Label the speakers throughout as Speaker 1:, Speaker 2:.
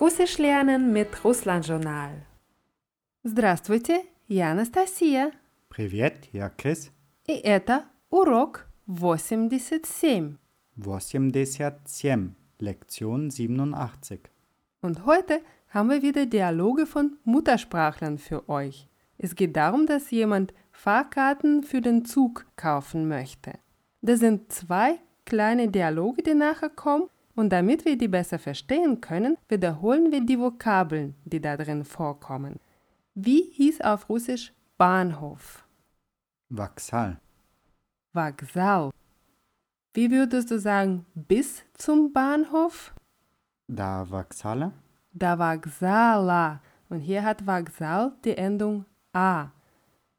Speaker 1: Russisch lernen mit Russland Journal.
Speaker 2: Здравствуйте, я Анастасия.
Speaker 3: Привет, я Крис.
Speaker 2: И это урок 87.
Speaker 3: 87, Lektion 87.
Speaker 2: Und heute haben wir wieder Dialoge von Muttersprachlern für euch. Es geht darum, dass jemand Fahrkarten für den Zug kaufen möchte. Das sind zwei kleine Dialoge, die nachher kommen. Und damit wir die besser verstehen können, wiederholen wir die Vokabeln, die da drin vorkommen. Wie hieß auf Russisch Bahnhof?
Speaker 3: Wachsal.
Speaker 2: Вокзал. Wie würdest du sagen, bis zum Bahnhof?
Speaker 3: Da Wachsala.
Speaker 2: Da Вокзала. Und hier hat Вокзал die Endung A.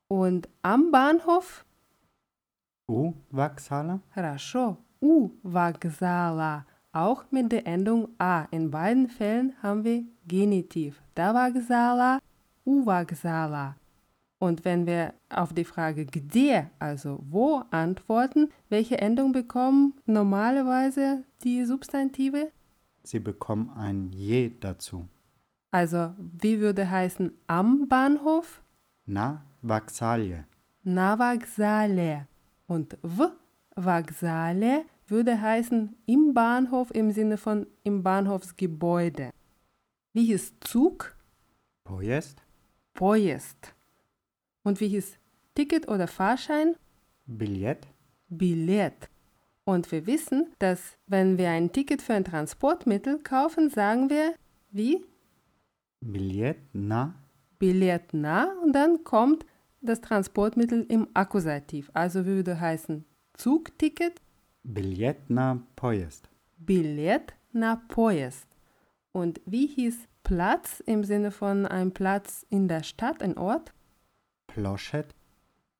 Speaker 2: Und am Bahnhof?
Speaker 3: U Wachsala.
Speaker 2: Хорошо. У Вокзала. Auch mit der Endung A. In beiden Fällen haben wir Genitiv. Da Вокзала, у Вокзала. Und wenn wir auf die Frage где, also wo, antworten, welche Endung bekommen normalerweise die Substantive?
Speaker 3: Sie bekommen ein Je dazu.
Speaker 2: Also, wie würde heißen am Bahnhof?
Speaker 3: Na Wachsalje.
Speaker 2: на вокзале. Und в вокзале würde heißen im Bahnhof im Sinne von im Bahnhofsgebäude. Wie hieß Zug?
Speaker 3: Poest.
Speaker 2: Поезд. Und wie hieß Ticket oder Fahrschein?
Speaker 3: Billett.
Speaker 2: Billett. Und wir wissen, dass wenn wir ein Ticket für ein Transportmittel kaufen, sagen wir wie
Speaker 3: Billett na
Speaker 2: Billett na und dann kommt das Transportmittel im Akkusativ. Also würde heißen Zugticket,
Speaker 3: Billett na Poest.
Speaker 2: Billett na Poest. Und wie hieß Platz im Sinne von ein Platz in der Stadt, ein Ort?
Speaker 3: Ploschet.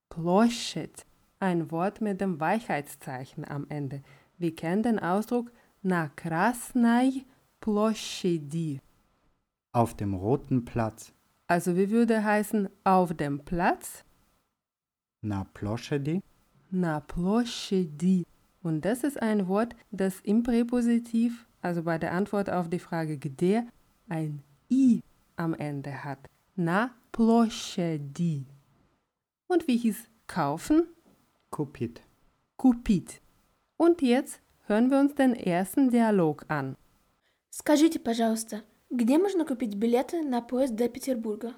Speaker 2: Ploschet. Ein Wort mit dem Weichheitszeichen am Ende. Wir kennen den Ausdruck na krasnai ploschedi.
Speaker 3: Auf dem roten Platz.
Speaker 2: Also wie würde heißen auf dem Platz?
Speaker 3: Na Ploschedi.
Speaker 2: Na площади. Und das ist ein Wort, das im Präpositiv, also bei der Antwort auf die Frage где, ein i am Ende hat. Na площади. Und wie hieß kaufen?
Speaker 3: Kupit.
Speaker 2: Купить. Und jetzt hören wir uns den ersten Dialog an.
Speaker 4: Скажите, пожалуйста, где можно купить билеты на поезд до Петербурга?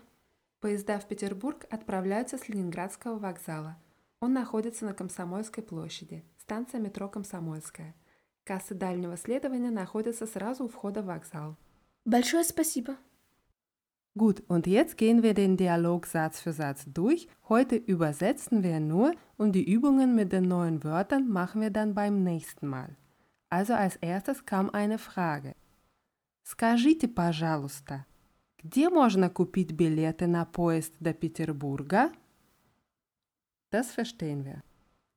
Speaker 1: Поезда в Петербург отправляются с Ленинградского вокзала. Он находится на Комсомольской площади, станция метро Комсомольская. Кассы дальнего следования находятся сразу у входа в вокзал.
Speaker 4: Большое спасибо.
Speaker 2: Gut, und jetzt gehen wir den Dialog Satz für Satz durch. Heute übersetzen wir nur und die Übungen mit den neuen Wörtern machen wir dann beim nächsten Mal. Also als erstes kam eine Frage. Скажите, пожалуйста, где можно купить билеты на поезд до Петербурга? Das verstehen wir.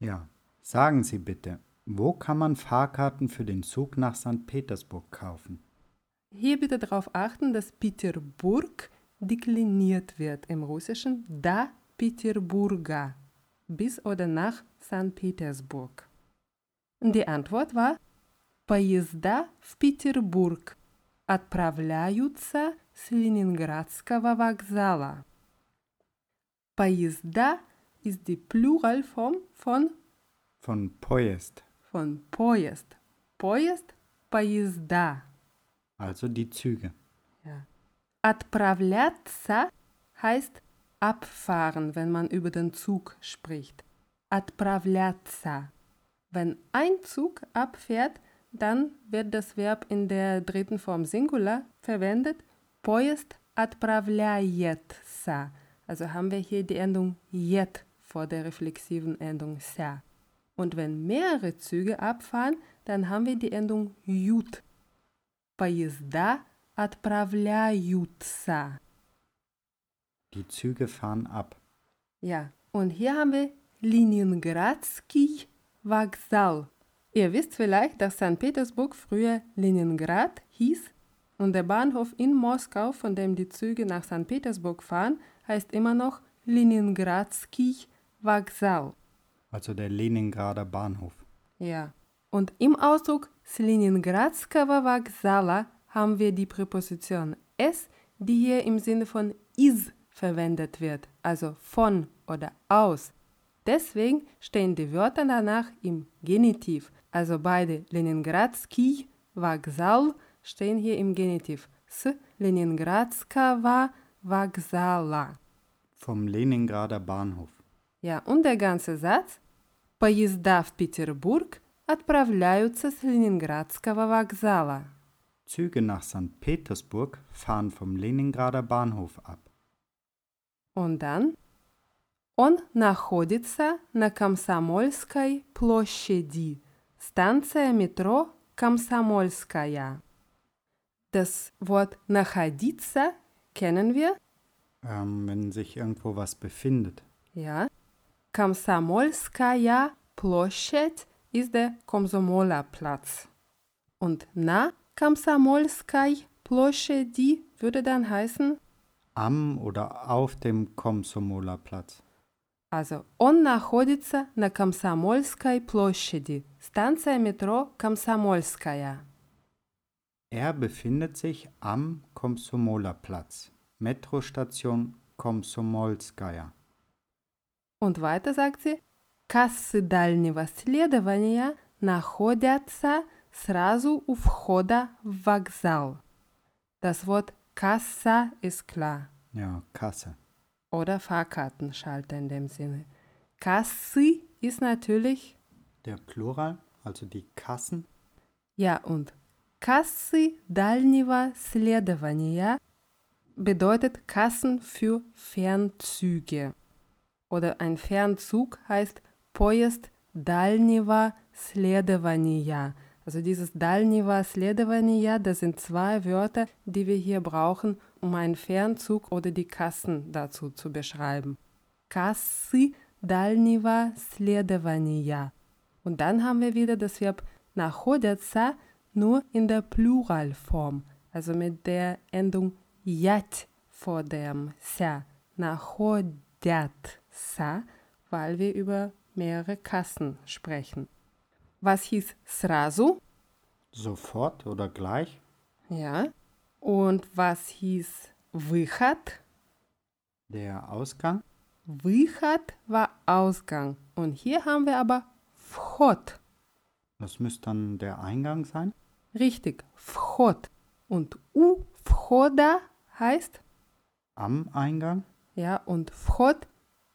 Speaker 3: Ja. Sagen Sie bitte, wo kann man Fahrkarten für den Zug nach St. Petersburg kaufen?
Speaker 2: Hier bitte darauf achten, dass Peterburg dekliniert wird im Russischen da Peterburga bis oder nach St. Petersburg. Und die Antwort war Поезда в Петербург отправляются с Ленинградского вокзала. Поезда ist die Pluralform von
Speaker 3: Von Poest,
Speaker 2: von Поезд. Поезд – поезда.
Speaker 3: also die Züge.
Speaker 2: Ja. Отправляться heißt abfahren, wenn man über den Zug spricht. Отправляться. Wenn ein Zug abfährt, dann wird das Verb in der dritten Form Singular verwendet. Поезд отправляется. Also haben wir hier die Endung jet vor der reflexiven Endung ся. Und wenn mehrere Züge abfahren, dann haben wir die Endung jut Поезда отправляются.
Speaker 3: Die Züge fahren ab.
Speaker 2: Ja, und hier haben wir Leningradский Вокзал. Ihr wisst vielleicht, dass St. Petersburg früher Leningrad hieß und der Bahnhof in Moskau, von dem die Züge nach St. Petersburg fahren, heißt immer noch Leningradский Вокзал.
Speaker 3: also der Leningrader Bahnhof.
Speaker 2: Ja. Und im Ausdruck с Ленинградского вокзала haben wir die Präposition es, die hier im Sinne von is verwendet wird, also von oder aus. Deswegen stehen die Wörter danach im Genitiv. Also beide Leningradski Vaksal stehen hier im Genitiv. S Leningradska war Vaksala.
Speaker 3: Vom Leningrader Bahnhof.
Speaker 2: Ja, und der ganze Satz. Поезда в Петербург отправляются с Ленинградского вокзала.
Speaker 3: Züge nach St. Petersburg fahren vom Leningrader Bahnhof ab.
Speaker 2: Und dann? Он находится на Комсомольской площади. Станция метро Комсомольская. Das Wort находиться kennen wir.
Speaker 3: Ähm, wenn sich irgendwo was befindet.
Speaker 2: Ja. Komsomolskaya площадь ist der Komsomoler Platz. Und na Komsomolskaj площади würde dann heißen,
Speaker 3: Am oder auf dem Komsomoler Platz.
Speaker 2: also он находится на Комсомольской площади, станция метро Комсомольская.
Speaker 3: Er befindet sich am Komsomoler Platz, Metrostation Komsomolskaja.
Speaker 2: Und weiter sagt sie, кассы дальнего следования находятся сразу у входа в вокзал. Das Wort Kassa ist klar.
Speaker 3: Ja, Kasse.
Speaker 2: Oder Fahrkartenschalter in dem Sinne. Kassi ist natürlich
Speaker 3: Der Plural, also die Kassen.
Speaker 2: ja und. Kassi дальнего следования bedeutet Kassen für Fernzüge. Oder ein Fernzug heißt Поезд дальнего следования. Also dieses дальнего следования, das sind zwei Wörter, die wir hier brauchen, um einen Fernzug oder die Kassen dazu zu beschreiben. Кассы дальнего следования. Und dann haben wir wieder das Verb находятся nur in der Pluralform, also mit der Endung jat vor dem ся. Находятся, weil wir über mehrere Kassen sprechen. Was hieß сразу?
Speaker 3: Sofort oder gleich.
Speaker 2: Ja. Und was hieß выход?
Speaker 3: Der Ausgang.
Speaker 2: Выход war Ausgang. Und hier haben wir aber вход.
Speaker 3: Das müsste dann der Eingang sein.
Speaker 2: Richtig, вход. Und у входа heißt,
Speaker 3: Am Eingang.
Speaker 2: ja, und вход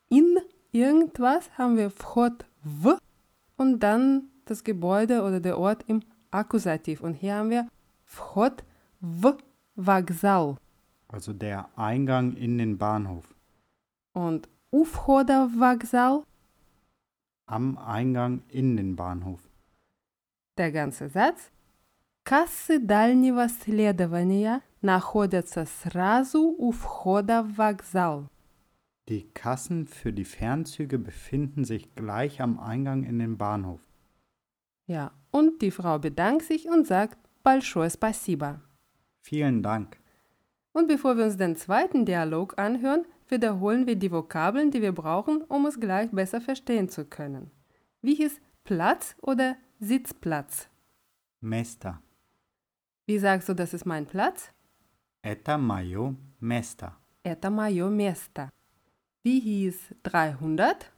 Speaker 2: in irgendwas haben wir вход в und dann das Gebäude oder der Ort im Akkusativ. Und hier haben wir вход в вокзал.
Speaker 3: Also der Eingang in den Bahnhof.
Speaker 2: Und у входа в вокзал
Speaker 3: Am Eingang in den Bahnhof.
Speaker 2: Der ganze Satz. Кассы дальнего следования находятся сразу у входа в вокзал.
Speaker 3: Die Kassen für die Fernzüge befinden sich gleich am Eingang in den Bahnhof.
Speaker 2: Ja, und die Frau bedankt sich und sagt большое спасибо.
Speaker 3: Vielen Dank.
Speaker 2: Und bevor wir uns den zweiten Dialog anhören, wiederholen wir die Vokabeln, die wir brauchen, um es gleich besser verstehen zu können. Wie hieß Platz oder Sitzplatz?
Speaker 3: Mesta.
Speaker 2: Wie sagst du, das ist mein Platz?
Speaker 3: Eta mayo mesta.
Speaker 2: Это мое место. Wie hieß 300?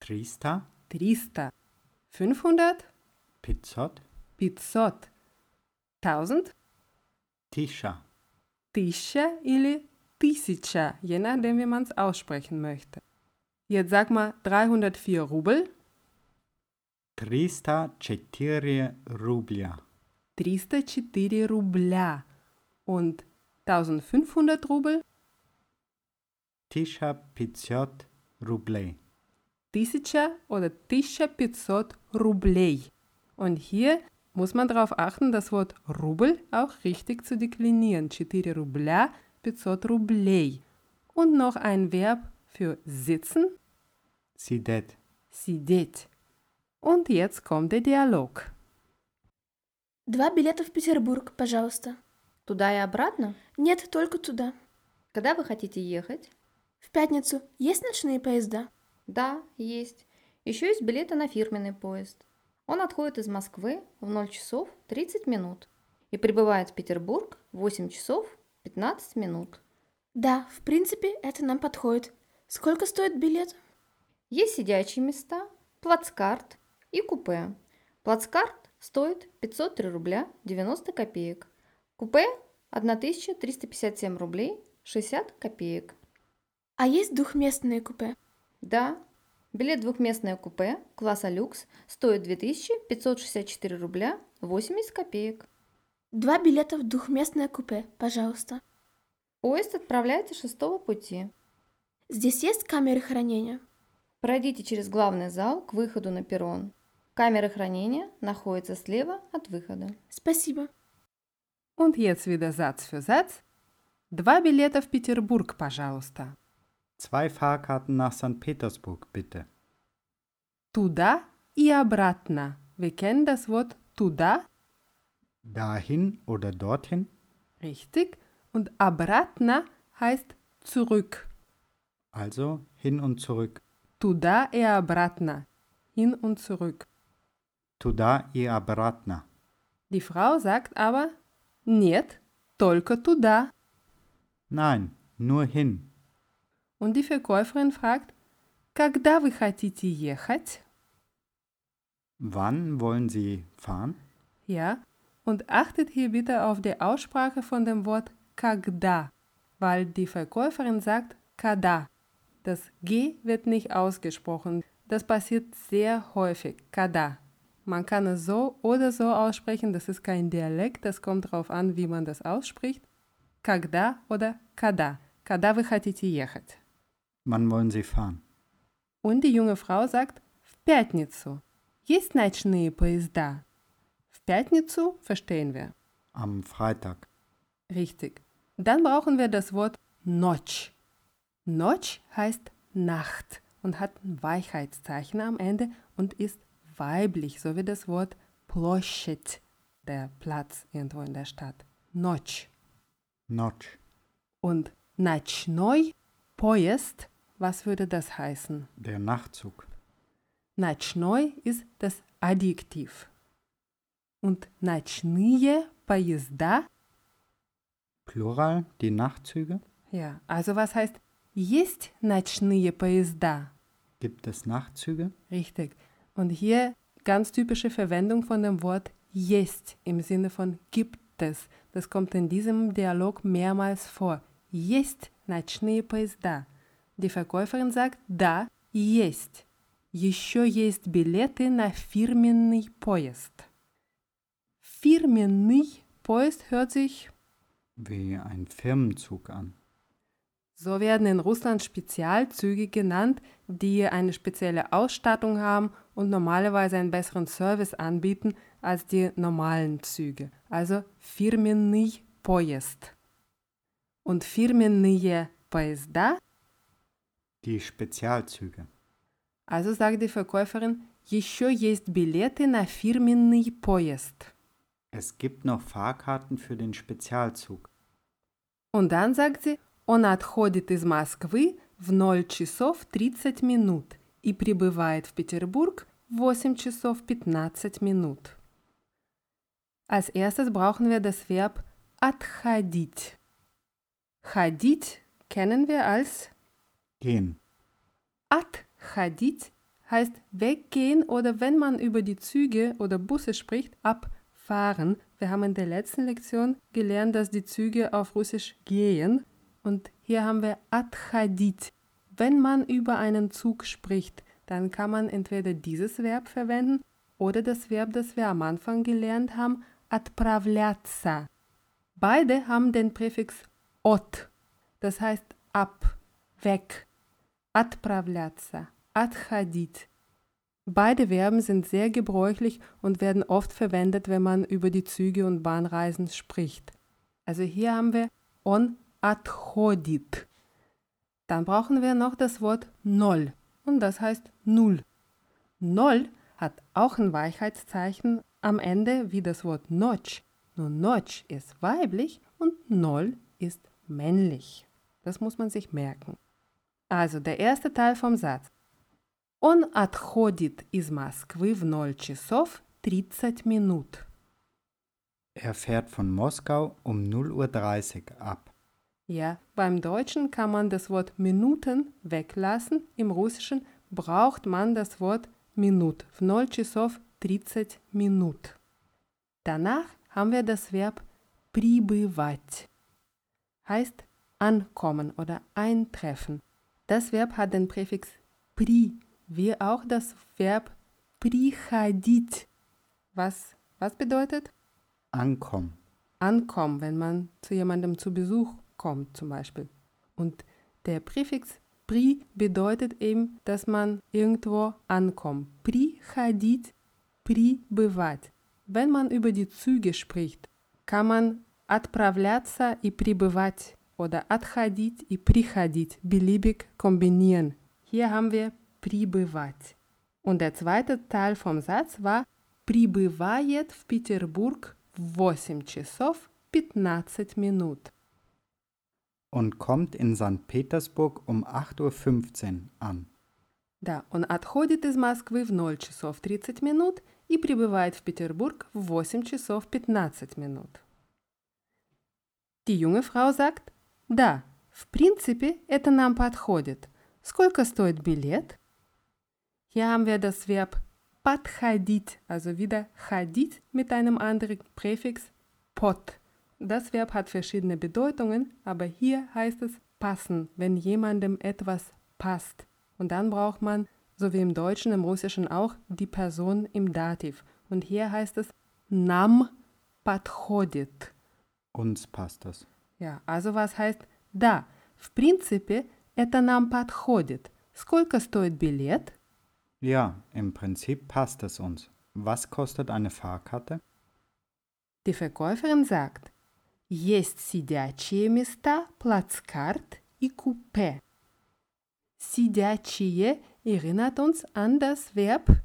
Speaker 3: Trista.
Speaker 2: 300. 500?
Speaker 3: Pizzot.
Speaker 2: 500. 1000?
Speaker 3: Tisha.
Speaker 2: Тысяча или тысяча, je nachdem, wie man es aussprechen möchte. Jetzt sag mal 304 Rubel,
Speaker 3: Trista cetirie rublia.
Speaker 2: 304 рубля und 1500 Rubel,
Speaker 3: Tisha pizzot ruble.
Speaker 2: 1000 oder 1500 Rubel. Und hier muss man darauf achten, das Wort Rubel auch richtig zu deklinieren. 4 Rubля, 500 Rubel. Und noch ein Verb für sitzen,
Speaker 3: Sidet.
Speaker 2: сидеть. Und jetzt kommt der Dialog.
Speaker 4: Два билета в Петербург, пожалуйста.
Speaker 5: Туда и обратно?
Speaker 4: Нет, только туда.
Speaker 5: Когда вы хотите ехать?
Speaker 4: В пятницу есть ночные поезда?
Speaker 5: Да, есть. Еще есть билеты на фирменный поезд. Он отходит из Москвы в 0 часов 30 минут и прибывает в Петербург в 8 часов 15 минут.
Speaker 4: Да, в принципе, это нам подходит. Сколько стоит билет?
Speaker 5: Есть сидячие места, плацкарт и купе. Плацкарт стоит 503 рубля 90 копеек. Купе 1357 рублей 60 копеек.
Speaker 4: А есть двухместные купе?
Speaker 5: Да, билет двухместное купе класса люкс стоит 2564 рубля 80 копеек.
Speaker 4: Два билета в двухместное купе, пожалуйста.
Speaker 5: Поезд отправляется шестого пути.
Speaker 4: Здесь есть камеры хранения?
Speaker 5: Пройдите через главный зал к выходу на перрон. Камеры хранения находятся слева от выхода.
Speaker 4: Спасибо.
Speaker 2: Und jetzt wieder Satz für Satz. Два билета в Петербург, пожалуйста.
Speaker 3: Zwei Fahrkarten nach St. Petersburg, bitte.
Speaker 2: Туда и обратно. Wir kennen das Wort туда,
Speaker 3: Dahin oder dorthin?
Speaker 2: richtig, und обратно heißt zurück.
Speaker 3: Also hin und zurück.
Speaker 2: Туда и обратно. Hin und zurück.
Speaker 3: Tuda i обратно.
Speaker 2: Die Frau sagt aber, нет, только туда.
Speaker 3: Nein, nur hin.
Speaker 2: Und die Verkäuferin fragt, когда вы хотите ехать?
Speaker 3: Wann wollen Sie fahren?
Speaker 2: Ja, und achtet hier bitte auf die Aussprache von dem Wort когда, weil die Verkäuferin sagt kada. Das G wird nicht ausgesprochen. Das passiert sehr häufig. Kada. Man kann es so oder so aussprechen. Das ist kein Dialekt. Das kommt darauf an, wie man das ausspricht. Когда oder kada. Когда вы хотите ехать?
Speaker 3: Wann wollen Sie fahren?
Speaker 2: Und die junge Frau sagt в пятницу. Есть ночные поезда. В пятницу verstehen wir.
Speaker 3: Am Freitag.
Speaker 2: Richtig. Dann brauchen wir das Wort Notch. Notch heißt Nacht und hat ein Weichheitszeichen am Ende und ist weiblich, so wie das Wort Ploschet, der Platz irgendwo in der Stadt. Notch.
Speaker 3: Notch.
Speaker 2: Und Nachnoi, Poest, was würde das heißen?
Speaker 3: Der Nachtzug.
Speaker 2: Ночной ist das Adjektiv. Und ночные поезда
Speaker 3: Plural, die Nachtzüge?
Speaker 2: Ja, also was heißt есть ночные поезда?
Speaker 3: Gibt es Nachtzüge?
Speaker 2: Richtig. Und hier ganz typische Verwendung von dem Wort есть im Sinne von gibt es. Das kommt in diesem Dialog mehrmals vor. Есть ночные поезда. Die Verkäuferin sagt да, есть. Еще есть билеты на фирменный поезд. Фирменный поезд hört sich
Speaker 3: Wie ein Firmenzug an.
Speaker 2: So werden in Russland Spezialzüge genannt, die eine spezielle Ausstattung haben und normalerweise einen besseren Service anbieten als die normalen Züge. Also firmenny поезд. Und firmenные поезда,
Speaker 3: Die Spezialzüge.
Speaker 2: also sagt die Verkäuferin, еще есть билеты на фирменный поезд.
Speaker 3: Es gibt noch Fahrkarten für den Spezialzug.
Speaker 2: Und dann sagt sie, он отходит из Москвы в 0 часов 30 минут и прибывает в Петербург в 8 часов 15 минут. Als erstes brauchen wir das Verb отходить. Ходить kennen wir als
Speaker 3: Gehen.
Speaker 2: Отходить heißt weggehen oder wenn man über die Züge oder Busse spricht, abfahren. Wir haben in der letzten Lektion gelernt, dass die Züge auf Russisch gehen und hier haben wir отходить. Wenn man über einen Zug spricht, dann kann man entweder dieses Verb verwenden oder das Verb, das wir am Anfang gelernt haben, отправляться. Beide haben den Präfix от, das heißt ab, weg отправляться, отходить. Beide Verben sind sehr gebräuchlich und werden oft verwendet, wenn man über die Züge und Bahnreisen spricht. Also hier haben wir on отходит. Dann brauchen wir noch das Wort null und das heißt null. Null hat auch ein Weichheitszeichen am Ende wie das Wort notch. Nur notch ist weiblich und null ist männlich. Das muss man sich merken. Also der erste Teil vom Satz. Он отходит из Москвы в 0 часов 30 минут.
Speaker 3: Er fährt von Moskau um 0.30 Uhr ab.
Speaker 2: Ja, beim Deutschen kann man das Wort Minuten weglassen, im Russischen braucht man das Wort Minut. В ноль часов 30 Minut. Danach haben wir das Verb прибывать. Heißt ankommen oder eintreffen. Das Verb hat den Präfix pri, wie auch das Verb приходить. Was, was bedeutet?
Speaker 3: Ankommen.
Speaker 2: ankommen, wenn man zu jemandem zu Besuch kommt zum Beispiel. Und der Präfix pri bedeutet eben, dass man irgendwo ankommt. Приходить, прибывать. Wenn man über die Züge spricht, kann man отправляться и прибывать oder отходить и приходить beliebig kombinieren. Hier haben wir прибывать. Und der zweite Teil vom Satz war прибывает в Петербург в 8 часов 15 минут.
Speaker 3: Und kommt in St. Petersburg um 8.15 Uhr an.
Speaker 2: Да, он отходит из Москвы в 0 часов 30 минут и прибывает в Петербург в 8 часов 15 минут. Die junge Frau sagt, да, в принципе, это нам подходит. Сколько стоит билет? Hier haben wir das Verb подходить, also wieder ходить mit einem anderen Präfix pot. Das Verb hat verschiedene Bedeutungen, aber hier heißt es passen, wenn jemandem etwas passt. Und dann braucht man, so wie im Deutschen, im Russischen auch, die Person im Dativ. Und hier heißt es nam подходит.
Speaker 3: Uns passt das.
Speaker 2: Ja, also was heißt да? В принципе, это нам подходит. Сколько стоит билет?
Speaker 3: Ja, im Prinzip passt es uns. Was kostet eine Fahrkarte?
Speaker 2: Die Verkäuferin sagt, есть сидячие места, плацкарт и купе. Сидячие erinnert uns an das Verb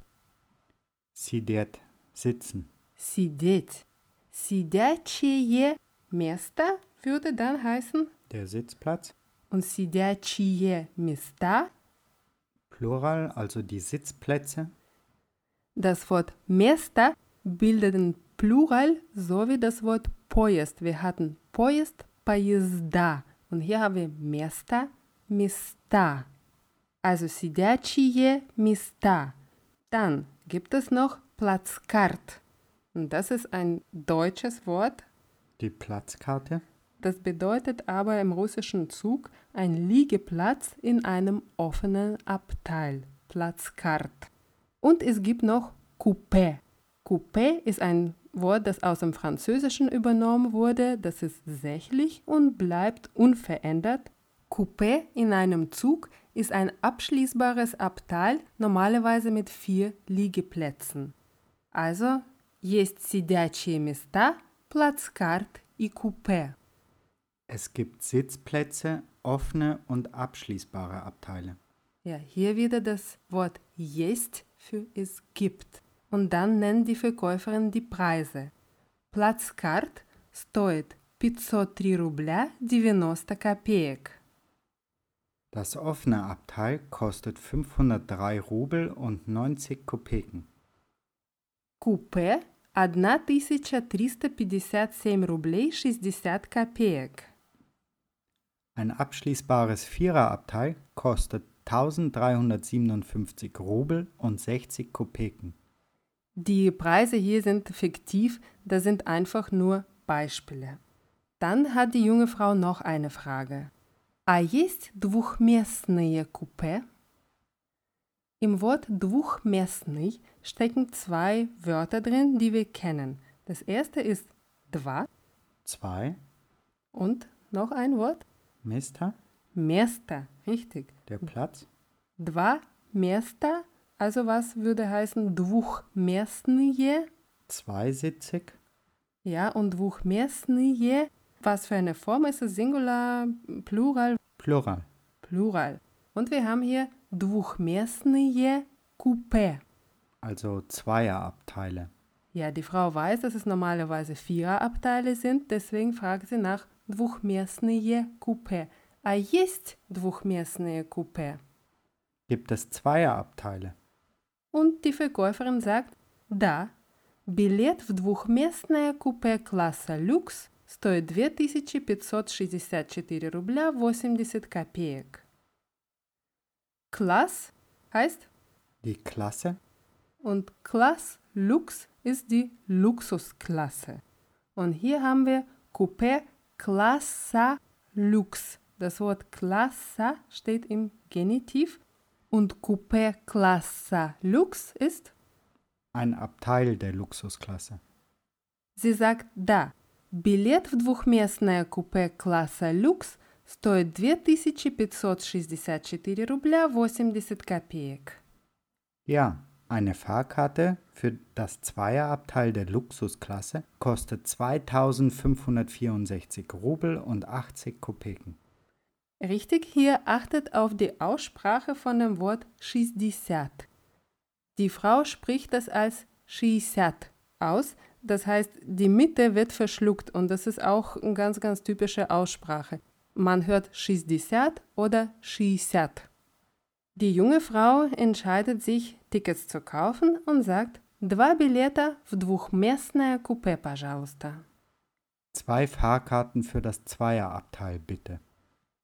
Speaker 3: Sidiert. Sitzen.
Speaker 2: сидеть. Сидячее место würde dann heißen
Speaker 3: Der Sitzplatz.
Speaker 2: und сидячие места.
Speaker 3: Plural, also die Sitzplätze.
Speaker 2: Das Wort место bildet den Plural sowie das Wort поезд. Wir hatten поезд, поезда. Und hier haben wir место, места. Also сидячие места. Dann gibt es noch Platzkart. Und das ist ein deutsches Wort,
Speaker 3: Die Platzkarte.
Speaker 2: Das bedeutet aber im russischen Zug ein Liegeplatz in einem offenen Abteil, Platzkart. Und es gibt noch Coupé. Coupé ist ein Wort, das aus dem Französischen übernommen wurde, das ist sächlich und bleibt unverändert. Coupé in einem Zug ist ein abschließbares Abteil, normalerweise mit vier Liegeplätzen. Also есть сидячие места, плацкарт и купе.
Speaker 3: Es gibt Sitzplätze, offene und abschließbare Abteile.
Speaker 2: Ja, hier wieder das Wort есть für es gibt. Und dann nennt die Verkäuferin die Preise. Platzkart стоит 503 рубля 90 копеек.
Speaker 3: Das offene Abteil kostet 503 Rubel und 90 Kopeken.
Speaker 2: Купе 1357 рублей 60 копеек.
Speaker 3: Ein abschließbares Viererabteil kostet 1357 Rubel und 60 Kopeken.
Speaker 2: Die Preise hier sind fiktiv, das sind einfach nur Beispiele. Dann hat die junge Frau noch eine Frage. А есть двухместные Coupé? Im Wort двухместный stecken zwei Wörter drin, die wir kennen. Das erste ist два
Speaker 3: Zwei,
Speaker 2: und noch ein Wort
Speaker 3: Mister,
Speaker 2: место, richtig.
Speaker 3: der Platz.
Speaker 2: Два места, also was würde heißen двухместные?
Speaker 3: Zweisitzig,
Speaker 2: Ja, und двухместные. Was für eine Form ist es? Singular, Plural,
Speaker 3: Plural.
Speaker 2: Plural. Und wir haben hier двухместные Coupé.
Speaker 3: also Zweierabteile.
Speaker 2: Ja, die Frau weiß, dass es normalerweise Viererabteile sind, deswegen fragt sie nach двухместные Coupé. Ah, А есть двухместные Coupé?
Speaker 3: Gibt es Zweierabteile?
Speaker 2: Und die Verkäuferin sagt, да, Билет в двухместное купе класса люкс стоит 2564 рубля 80 копеек. Класс heißt
Speaker 3: Die Klasse?
Speaker 2: und Class Lux ist die Luxusklasse. Und hier haben wir Coupé Classa Lux. Das Wort Classa steht im Genitiv und Coupé Classa Lux ist,
Speaker 3: Ein Abteil der Luxusklasse.
Speaker 2: sie sagt da. Билет в двухместное купе класса люкс стоит 2564 рубля 80 копеек.
Speaker 3: Ja, eine Fahrkarte für das Zweierabteil der Luxusklasse kostet 2564 Rubel und 80 Kopeken.
Speaker 2: Richtig hier achtet auf die Aussprache von dem Wort 60. Die Frau spricht das als 60 aus, das heißt, die Mitte wird verschluckt und das ist auch eine ganz, ganz typische Aussprache. Man hört 60 oder 60. Die junge Frau entscheidet sich, Tickets zu kaufen und sagt, Два билета в двухместное купе, пожалуйста.
Speaker 3: Zwei Fahrkarten für das Zweierabteil bitte.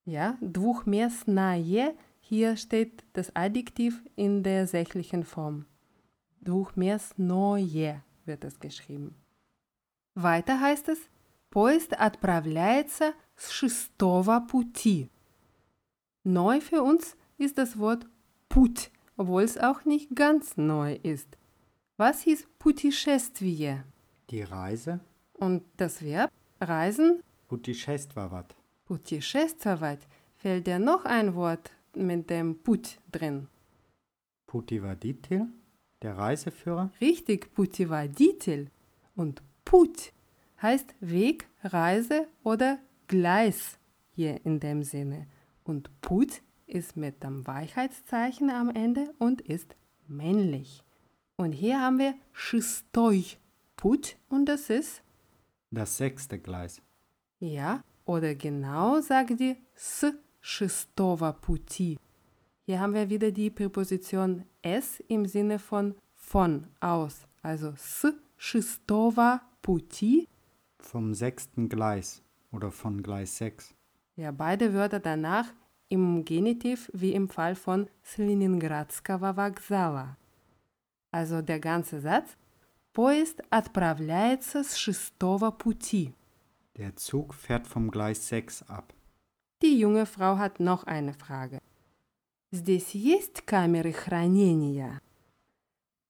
Speaker 2: Ja, двухместное. Hier steht das Adjektiv in der sächlichen Form. Двухместное wird es geschrieben. Weiter heißt es, поезд отправляется с шестого пути. Neu für uns ist das Wort путь, obwohl es auch nicht ganz neu ist. Was hieß путешествие?
Speaker 3: Die Reise?
Speaker 2: Und das Verb reisen
Speaker 3: Путешествовать.
Speaker 2: Путешествовать fällt dir noch ein Wort mit dem Put drin.
Speaker 3: Putivaditil? Der Reiseführer?
Speaker 2: Richtig, Путеводитель. Und Put heißt Weg, Reise oder Gleis hier in dem Sinne. Und Put ist mit dem Weichheitszeichen am Ende und ist männlich. Und hier haben wir шестой Put und das ist
Speaker 3: Das sechste Gleis.
Speaker 2: Ja, oder genau sagt die с шестого пути. Hier haben wir wieder die Präposition es im Sinne von von, aus. Also с шестого пути.
Speaker 3: Vom sechsten Gleis oder von Gleis 6.
Speaker 2: Ja, beide Wörter danach im Genitiv wie im Fall von с ленинградского вокзала. Also der ganze Satz. Поезд отправляется с шестого пути.
Speaker 3: Der Zug fährt vom Gleis 6 ab.
Speaker 2: Die junge Frau hat noch eine Frage. Здесь есть камеры хранения?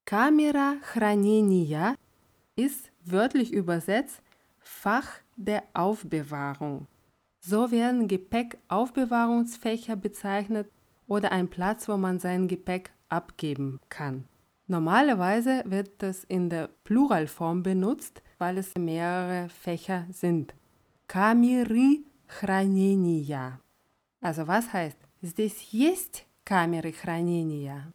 Speaker 2: Камера хранения ist wörtlich übersetzt Fach der Aufbewahrung. So werden Gepäckaufbewahrungsfächer bezeichnet oder ein Platz, wo man sein Gepäck abgeben kann. Normalerweise wird das in der Pluralform benutzt, weil es mehrere Fächer sind. Камеры хранения. Also was heißt, здесь есть камеры хранения?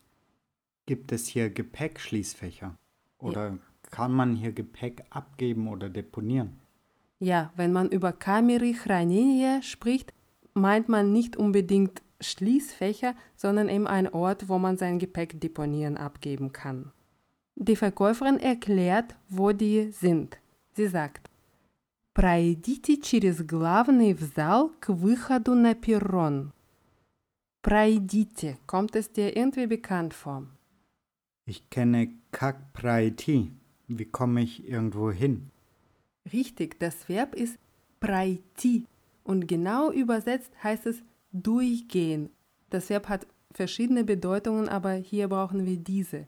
Speaker 3: Gibt es hier Gepäckschließfächer? Oder kann man hier Gepäck abgeben oder deponieren?
Speaker 2: Ja, wenn man über камеры хранения spricht, meint man nicht unbedingt Schließfächer, sondern eben ein Ort, wo man sein Gepäck deponieren abgeben kann. Die Verkäuferin erklärt, wo die sind. Sie sagt, Пройдите через главный в зал к выходу на перрон. Пройдите, kommt es dir irgendwie bekannt vor?
Speaker 3: Ich kenne Kakpraiti. Wie komme ich irgendwo hin?
Speaker 2: Richtig, das Verb ist пройти und genau übersetzt heißt es durchgehen. Das Verb hat verschiedene Bedeutungen, aber hier brauchen wir diese.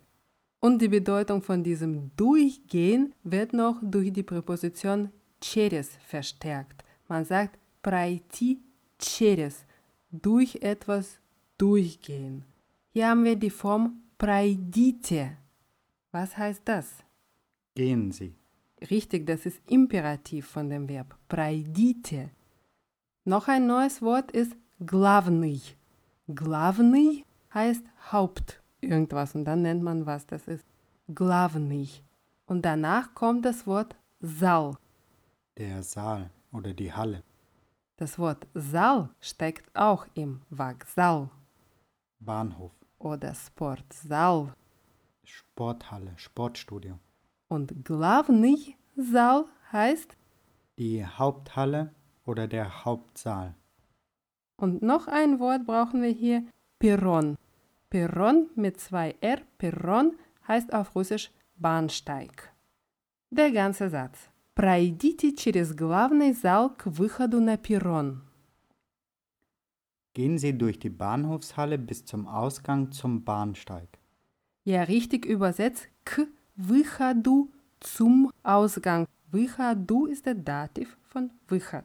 Speaker 2: Und die Bedeutung von diesem durchgehen wird noch durch die Präposition через verstärkt. Man sagt пройти через, durch etwas durchgehen. Hier haben wir die Form пройдите. Was heißt das?
Speaker 3: Gehen Sie.
Speaker 2: Richtig, das ist Imperativ von dem Verb. Пройдите. Noch ein neues Wort ist главный. Главный heißt Haupt irgendwas und dann nennt man was das ist. Главный. Und danach kommt das Wort Saal.
Speaker 3: Der Saal oder die Halle.
Speaker 2: Das Wort Saal steckt auch im Вокзал
Speaker 3: Bahnhof.
Speaker 2: oder Sportsaal.
Speaker 3: Sporthalle. Sportstudio.
Speaker 2: Und главный зал heißt
Speaker 3: die Haupthalle oder der Hauptsaal.
Speaker 2: Und noch ein Wort brauchen wir hier, Perron. Perron mit zwei R, Perron heißt auf Russisch Bahnsteig. Der ganze Satz. Пройдите через главный зал к выходу на перрон.
Speaker 3: Gehen Sie durch die Bahnhofshalle bis zum Ausgang zum Bahnsteig.
Speaker 2: Ja, richtig übersetzt, к выходу zum Ausgang. Выходу ist der Dativ von выход.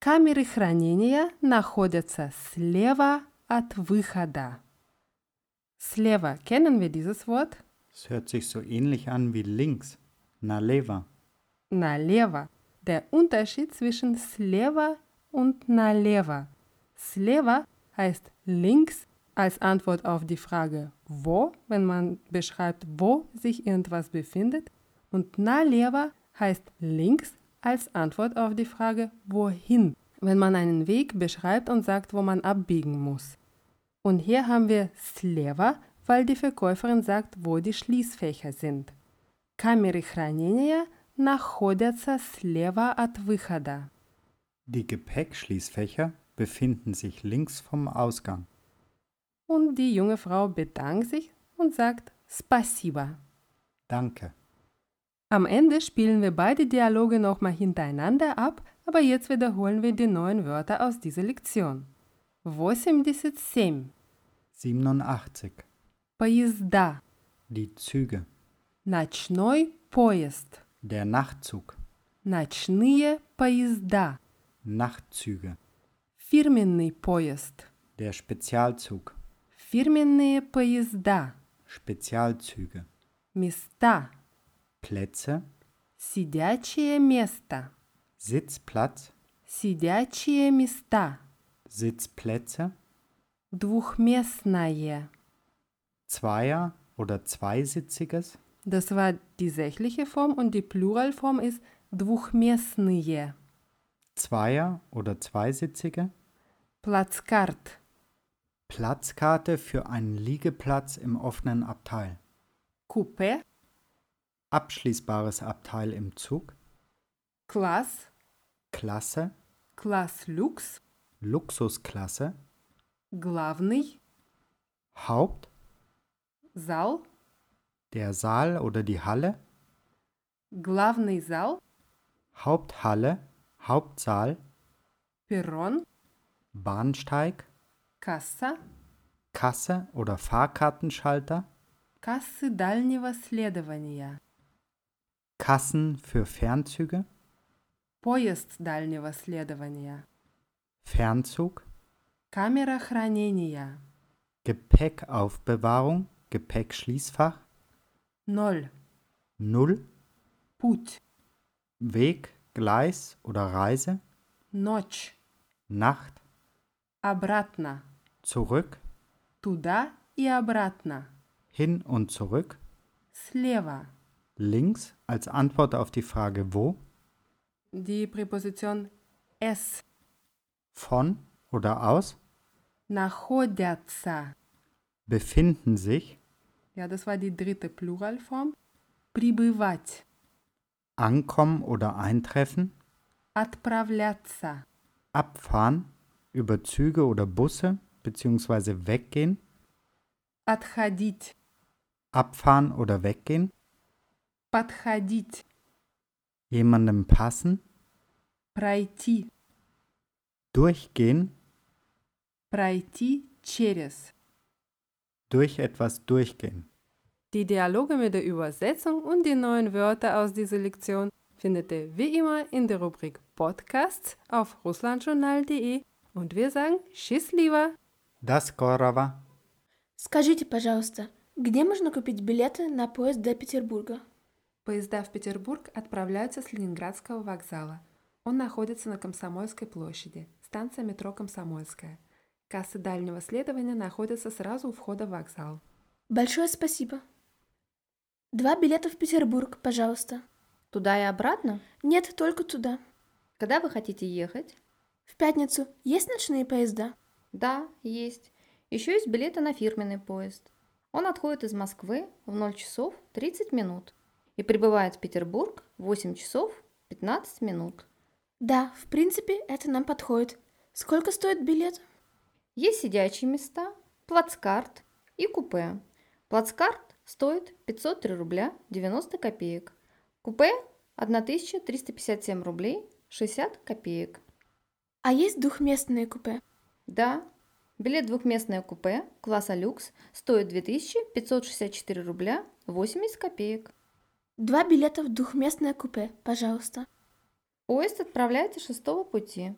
Speaker 2: Камеры хранения находятся слева от выхода. Слева kennen wir dieses Wort?
Speaker 3: Es hört sich so ähnlich an wie links. Naleva.
Speaker 2: Налево. Der Unterschied zwischen слева und налево. Слева heißt links als Antwort auf die Frage wo, wenn man beschreibt, wo sich irgendwas befindet. Und налево heißt links als Antwort auf die Frage wohin, wenn man einen Weg beschreibt und sagt, wo man abbiegen muss. Und hier haben wir слева, weil die Verkäuferin sagt, wo die Schließfächer sind. Камеры хранения находятся слева от выхода.
Speaker 3: Die Gepäckschließfächer befinden sich links vom Ausgang.
Speaker 2: Und die junge Frau bedankt sich und sagt Спасибо.
Speaker 3: Danke.
Speaker 2: Am Ende spielen wir beide Dialoge nochmal hintereinander ab, aber jetzt wiederholen wir die neuen Wörter aus dieser Lektion. 87.
Speaker 3: 87.
Speaker 2: Поезда.
Speaker 3: Die Züge.
Speaker 2: Ночной поезд.
Speaker 3: Der Nachtzug.
Speaker 2: Ночные поезда.
Speaker 3: Nachtzüge.
Speaker 2: Фирменный поезд.
Speaker 3: Der Spezialzug.
Speaker 2: Фирменные поезда.
Speaker 3: Spezialzüge.
Speaker 2: Места.
Speaker 3: Plätze.
Speaker 2: Сидячее место.
Speaker 3: Sitzplatz.
Speaker 2: Сидячие места.
Speaker 3: Sitzplätze.
Speaker 2: Двухместное.
Speaker 3: Zweier- oder Zweisitziges.
Speaker 2: Das war die sächliche Form und die Pluralform ist двухместные.
Speaker 3: Zweier- oder Zweisitzige.
Speaker 2: Плацкарт.
Speaker 3: Platzkarte für einen Liegeplatz im offenen Abteil.
Speaker 2: Купе.
Speaker 3: Abschließbares Abteil im Zug.
Speaker 2: Класс.
Speaker 3: Klasse.
Speaker 2: Класс люкс.
Speaker 3: Luxusklasse.
Speaker 2: Главный.
Speaker 3: Haupt.
Speaker 2: Зал.
Speaker 3: Der Saal oder die Halle.
Speaker 2: Главный зал.
Speaker 3: Haupthalle. Hauptsaal.
Speaker 2: Перрон.
Speaker 3: Bahnsteig.
Speaker 2: Касса.
Speaker 3: Kasse oder Fahrkartenschalter.
Speaker 2: Кассы дальнего следования.
Speaker 3: Kassen für Fernzüge.
Speaker 2: Поезд дальнего следования.
Speaker 3: Fernzug.
Speaker 2: Камера хранения.
Speaker 3: Gepäckaufbewahrung. Gepäckschließfach.
Speaker 2: Ноль.
Speaker 3: Null.
Speaker 2: Путь.
Speaker 3: Weg. Gleis oder Reise.
Speaker 2: Ночь.
Speaker 3: Nacht.
Speaker 2: Обратно.
Speaker 3: Zurück.
Speaker 2: Туда и обратно.
Speaker 3: Hin und zurück.
Speaker 2: Слева.
Speaker 3: Links als Antwort auf die Frage wo.
Speaker 2: Die Präposition es
Speaker 3: Von oder aus.
Speaker 2: находятся.
Speaker 3: Befinden sich.
Speaker 2: Ja, das war die dritte Pluralform. Прибывать.
Speaker 3: Ankommen oder eintreffen.
Speaker 2: Отправляться.
Speaker 3: Abfahren. Über Züge oder Busse. Beziehungsweise weggehen.
Speaker 2: Отходить.
Speaker 3: Abfahren oder weggehen.
Speaker 2: Подходить.
Speaker 3: Jemandem passen.
Speaker 2: Пройти.
Speaker 3: Durchgehen.
Speaker 2: Пройти через.
Speaker 3: Durch etwas durchgehen.
Speaker 2: Die Dialoge mit der Übersetzung und die neuen Wörter aus dieser Lektion findet ihr wie immer in der Rubrik Podcasts auf russlandjournal.de und wir sagen Tschüss, lieber!
Speaker 3: Das Korava.
Speaker 4: Скажите, пожалуйста, где можно купить билеты на поезд до Петербурга?
Speaker 1: Поезда в Петербург отправляются с Ленинградского вокзала. Он находится на Комсомольской площади, станция метро Комсомольская. Кассы дальнего следования находятся сразу у входа в вокзал.
Speaker 4: Большое спасибо. Два билета в Петербург, пожалуйста.
Speaker 5: Туда и обратно?
Speaker 4: Нет, только туда.
Speaker 5: Когда вы хотите ехать?
Speaker 4: В пятницу есть ночные поезда?
Speaker 5: Да, есть. Еще есть билеты на фирменный поезд. Он отходит из Москвы в 0 часов 30 минут и прибывает в Петербург в 8 часов 15 минут.
Speaker 4: Да, в принципе, это нам подходит. Сколько стоит билет?
Speaker 5: Есть сидячие места, плацкарт и купе. Плацкарт стоит 503 рубля 90 копеек. Купе 1357 рублей 60 копеек.
Speaker 4: А есть двухместные купе?
Speaker 5: Да, билет двухместное купе класса люкс стоит 2564 рубля 80 копеек.
Speaker 4: Два билета в двухместное купе, пожалуйста.
Speaker 5: Поезд отправляется шестого пути.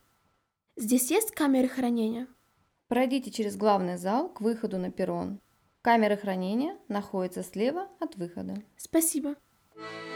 Speaker 4: Здесь есть камеры хранения?
Speaker 5: Пройдите через главный зал к выходу на перрон. Камеры хранения находятся слева от выхода.
Speaker 4: Спасибо.
Speaker 5: Thank you